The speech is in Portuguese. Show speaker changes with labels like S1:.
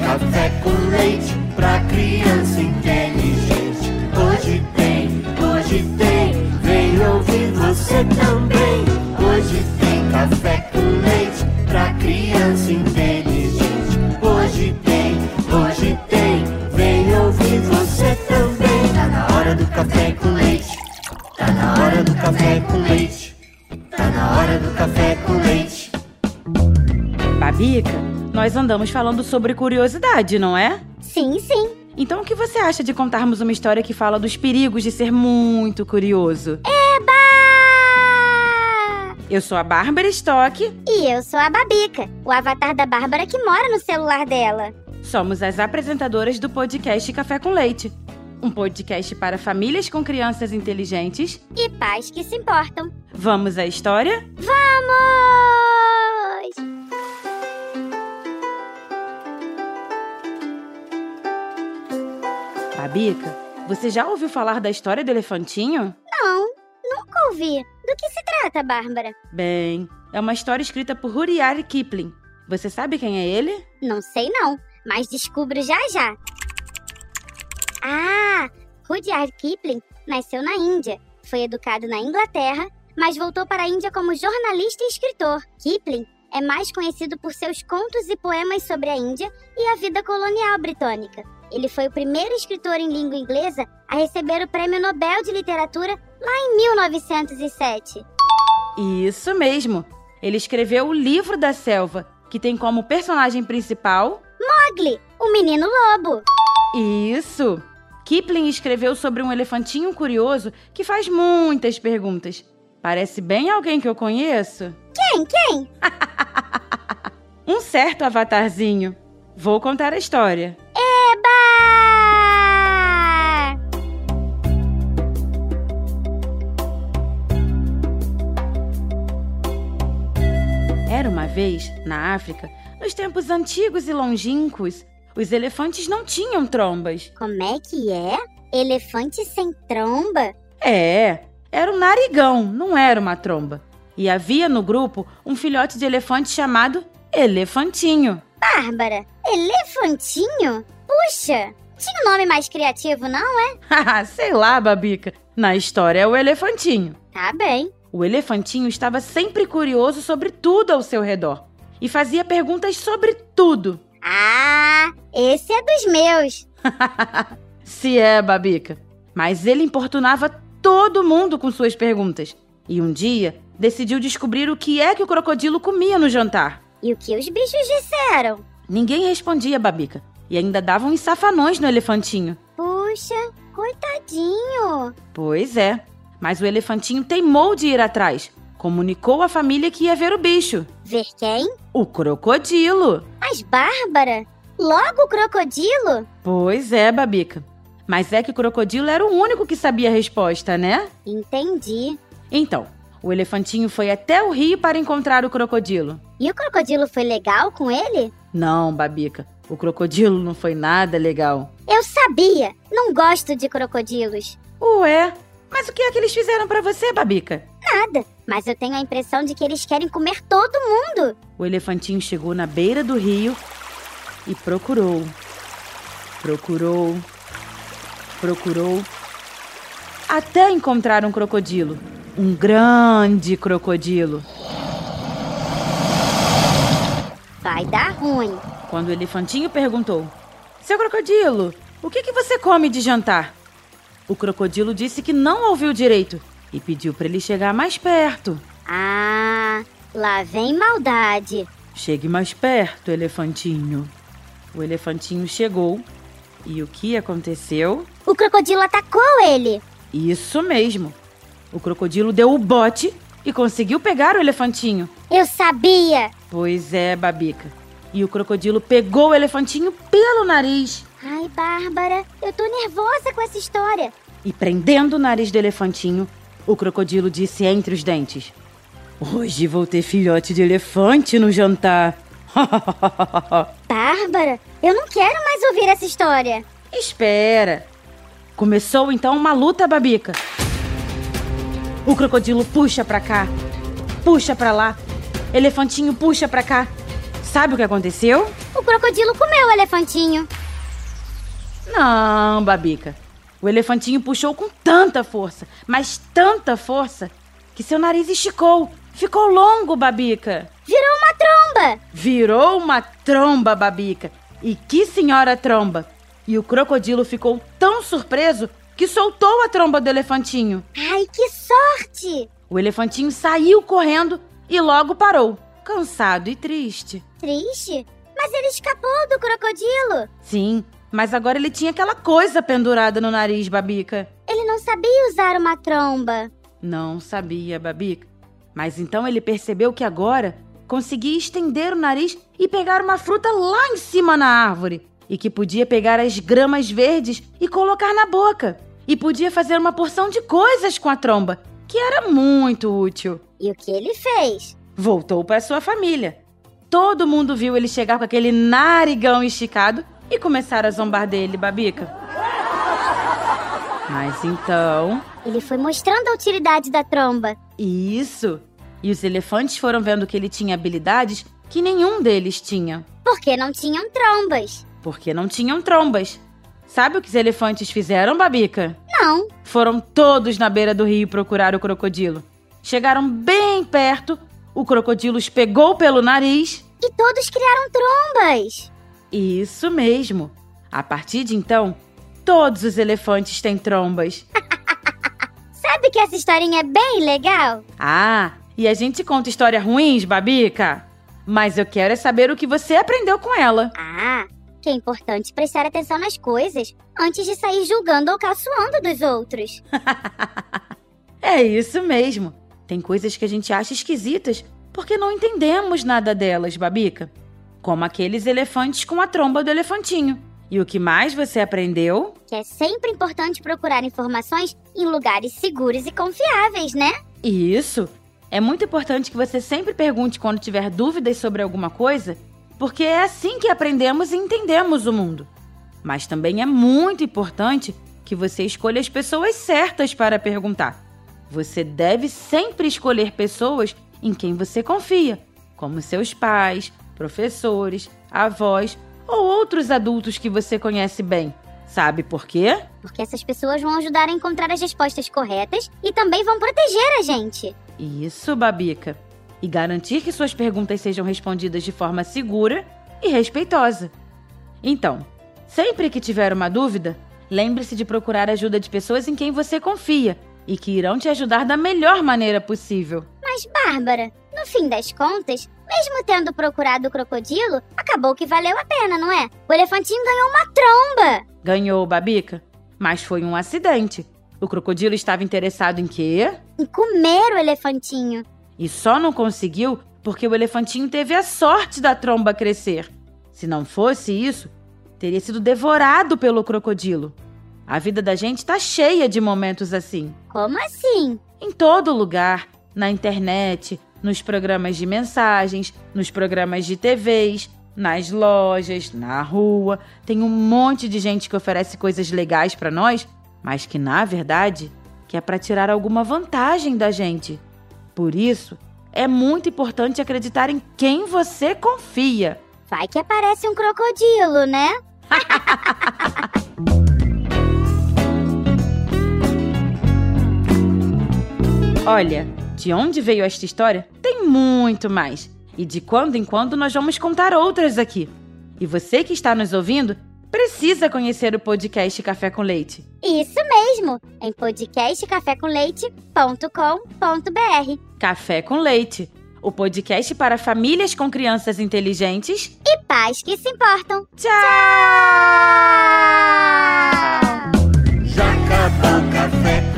S1: café com leite pra criança inteligente. Hoje tem, hoje tem, vem ouvir você também. Hoje tem café com leite pra criança inteligente. Hoje tem, hoje tem, vem ouvir você também. Tá na hora do café com leite. Tá na hora do café com leite. Tá na hora do café com leite.
S2: Babica, nós andamos falando sobre curiosidade, não é?
S3: Sim, sim.
S2: Então o que você acha de contarmos uma história que fala dos perigos de ser muito curioso?
S3: É Eba!
S2: Eu sou a Bárbara Stock,
S3: E eu sou a Babica, o avatar da Bárbara que mora no celular dela.
S2: somos as apresentadoras do podcast Café com Leite. Um podcast para famílias com crianças inteligentes.
S3: E pais que se importam.
S2: Vamos à história?
S3: Vamos!
S2: Babica, você já ouviu falar da história do elefantinho?
S3: Não, nunca ouvi. Do que se trata, Bárbara?
S2: Bem, é uma história escrita por Rudyard Kipling. Você sabe quem é ele?
S3: Não sei não, mas descubro já já. Ah, Rudyard Kipling nasceu na Índia, foi educado na Inglaterra, mas voltou para a Índia como jornalista e escritor. Kipling é mais conhecido por seus contos e poemas sobre a Índia e a vida colonial britânica. Ele foi o primeiro escritor em língua inglesa a receber o Prêmio Nobel de Literatura lá em 1907.
S2: Isso mesmo! Ele escreveu O Livro da Selva, que tem como personagem principal.
S3: Mowgli, o menino lobo.
S2: Isso! Kipling escreveu sobre um elefantinho curioso que faz muitas perguntas. Parece bem alguém que eu conheço.
S3: Quem, quem?
S2: Um certo avatarzinho. Vou contar a história.
S3: Eba!
S2: Era uma vez, na África, nos tempos antigos e longínquos, os elefantes não tinham trombas.
S3: Como é que é? Elefante sem tromba?
S2: É, era um narigão, não era uma tromba. E havia no grupo um filhote de elefante chamado Elefantinho.
S3: Bárbara, elefantinho? Puxa, tinha um nome mais criativo, não é?
S2: Haha, Sei lá, Babica. Na história é o elefantinho.
S3: Tá bem.
S2: O elefantinho estava sempre curioso sobre tudo ao seu redor e fazia perguntas sobre tudo.
S3: Ah, esse é dos meus.
S2: Se é, Babica. Mas ele importunava todo mundo com suas perguntas. E um dia decidiu descobrir o que é que o crocodilo comia no jantar.
S3: E o que os bichos disseram?
S2: Ninguém respondia, Babica. E ainda davam uns safanões no elefantinho.
S3: Puxa, coitadinho.
S2: Pois é. Mas o elefantinho teimou de ir atrás. Comunicou à família que ia ver o bicho.
S3: Ver quem?
S2: O crocodilo.
S3: Mas Bárbara, logo o crocodilo?
S2: Pois é, Babica. Mas é que o crocodilo era o único que sabia a resposta, né?
S3: Entendi.
S2: Então, o elefantinho foi até o rio para encontrar o crocodilo.
S3: E o crocodilo foi legal com ele?
S2: Não, Babica. O crocodilo não foi nada legal.
S3: Eu sabia, não gosto de crocodilos.
S2: Ué, mas o que é que eles fizeram pra você, Babica?
S3: nada, mas eu tenho a impressão de que eles querem comer todo mundo.
S2: O elefantinho chegou na beira do rio e procurou. Procurou. Procurou. Até encontrar um crocodilo. Um grande crocodilo.
S3: Vai dar ruim.
S2: Quando o elefantinho perguntou: Seu crocodilo, o que, que você come de jantar? O crocodilo disse que não ouviu direito e pediu para ele chegar mais perto.
S3: Ah, lá vem maldade.
S2: Chegue mais perto, elefantinho. O elefantinho chegou e o que aconteceu?
S3: O crocodilo atacou ele.
S2: Isso mesmo. O crocodilo deu o bote e conseguiu pegar o elefantinho.
S3: Eu sabia.
S2: Pois é, Babica. E o crocodilo pegou o elefantinho pelo nariz.
S3: Ai, Bárbara, eu tô nervosa com essa história.
S2: E prendendo o nariz do elefantinho, o crocodilo disse entre os dentes: Hoje vou ter filhote de elefante no jantar.
S3: Bárbara, eu não quero mais ouvir essa história.
S2: Espera! Começou então uma luta, Babica. O crocodilo puxa pra cá, puxa pra lá, elefantinho puxa pra cá. Sabe o que aconteceu?
S3: O crocodilo comeu o elefantinho.
S2: Não, Babica. O elefantinho puxou com tanta força, mas tanta força, que seu nariz esticou. Ficou longo, Babica.
S3: Virou uma tromba.
S2: Virou uma tromba, Babica. E que senhora tromba! E o crocodilo ficou tão surpreso que soltou a tromba do elefantinho.
S3: Ai, que sorte!
S2: O elefantinho saiu correndo e logo parou, cansado e triste.
S3: Triste? Mas ele escapou do crocodilo.
S2: Sim, mas agora ele tinha aquela coisa pendurada no nariz, Babica.
S3: Ele não sabia usar uma tromba.
S2: Não sabia, Babica. Mas então ele percebeu que agora conseguia estender o nariz e pegar uma fruta lá em cima na árvore. E que podia pegar as gramas verdes e colocar na boca. E podia fazer uma porção de coisas com a tromba, que era muito útil.
S3: E o que ele fez?
S2: Voltou para sua família. Todo mundo viu ele chegar com aquele narigão esticado e começaram a zombar dele, Babica. Mas então.
S3: Ele foi mostrando a utilidade da tromba.
S2: Isso! E os elefantes foram vendo que ele tinha habilidades que nenhum deles tinha,
S3: Porque não tinham trombas.
S2: porque não tinham trombas. Sabe o que os elefantes fizeram, Babica?
S3: Não.
S2: Foram todos na beira do rio procurar o crocodilo. Chegaram bem perto, o crocodilo os pegou pelo nariz.
S3: E todos criaram trombas.
S2: Isso mesmo! A partir de então, todos os elefantes têm trombas.
S3: Sabe que essa historinha é bem legal?
S2: Ah, e a gente conta histórias ruins, Babica? Mas eu quero é saber o que você aprendeu com ela.
S3: Ah, que é importante prestar atenção nas coisas antes de sair julgando ou caçoando dos outros.
S2: É isso mesmo. Tem coisas que a gente acha esquisitas porque não entendemos nada delas, Babica. Como aqueles elefantes com a tromba do elefantinho. E o que mais você aprendeu?
S3: Que é sempre importante procurar informações em lugares seguros e confiáveis, né?
S2: Isso! É muito importante que você sempre pergunte quando tiver dúvidas sobre alguma coisa, porque é assim que aprendemos e entendemos o mundo. Mas também é muito importante que você escolha as pessoas certas para perguntar. Você deve sempre escolher pessoas em quem você confia, como seus pais, professores, avós ou outros adultos que você conhece bem. Sabe por quê?
S3: Porque essas pessoas vão ajudar a encontrar as respostas corretas e também vão proteger a gente.
S2: Isso, Babica. E garantir que suas perguntas sejam respondidas de forma segura e respeitosa. Então, sempre que tiver uma dúvida, lembre-se de procurar ajuda de pessoas em quem você confia e que irão te ajudar da melhor maneira possível.
S3: Mas, Bárbara, no fim das contas, mesmo tendo procurado o crocodilo, acabou que valeu a pena, não é? O elefantinho ganhou uma tromba!
S2: Ganhou, Babica, mas foi um acidente. O crocodilo estava interessado em quê?
S3: E comer o elefantinho.
S2: E só não conseguiu porque o elefantinho teve a sorte da tromba crescer. Se não fosse isso, teria sido devorado pelo crocodilo. A vida da gente tá cheia de momentos assim.
S3: Como assim?
S2: Em todo lugar, na internet, nos programas de mensagens, nos programas de TVs, nas lojas, na rua, tem um monte de gente que oferece coisas legais pra nós, mas que na verdade quer pra tirar alguma vantagem da gente. Por isso, é muito importante acreditar em quem você confia.
S3: Vai que aparece um crocodilo, né?
S2: Olha, de onde veio esta história tem muito mais. E de quando em quando nós vamos contar outras aqui. E você que está nos ouvindo precisa conhecer o podcast Café com Leite.
S3: Isso mesmo, em podcastcafécomleite.com.br.
S2: Café com Leite, o podcast para famílias com crianças inteligentes.
S3: E pais que se importam.
S2: Tchau!
S1: Já acabou o café um, um,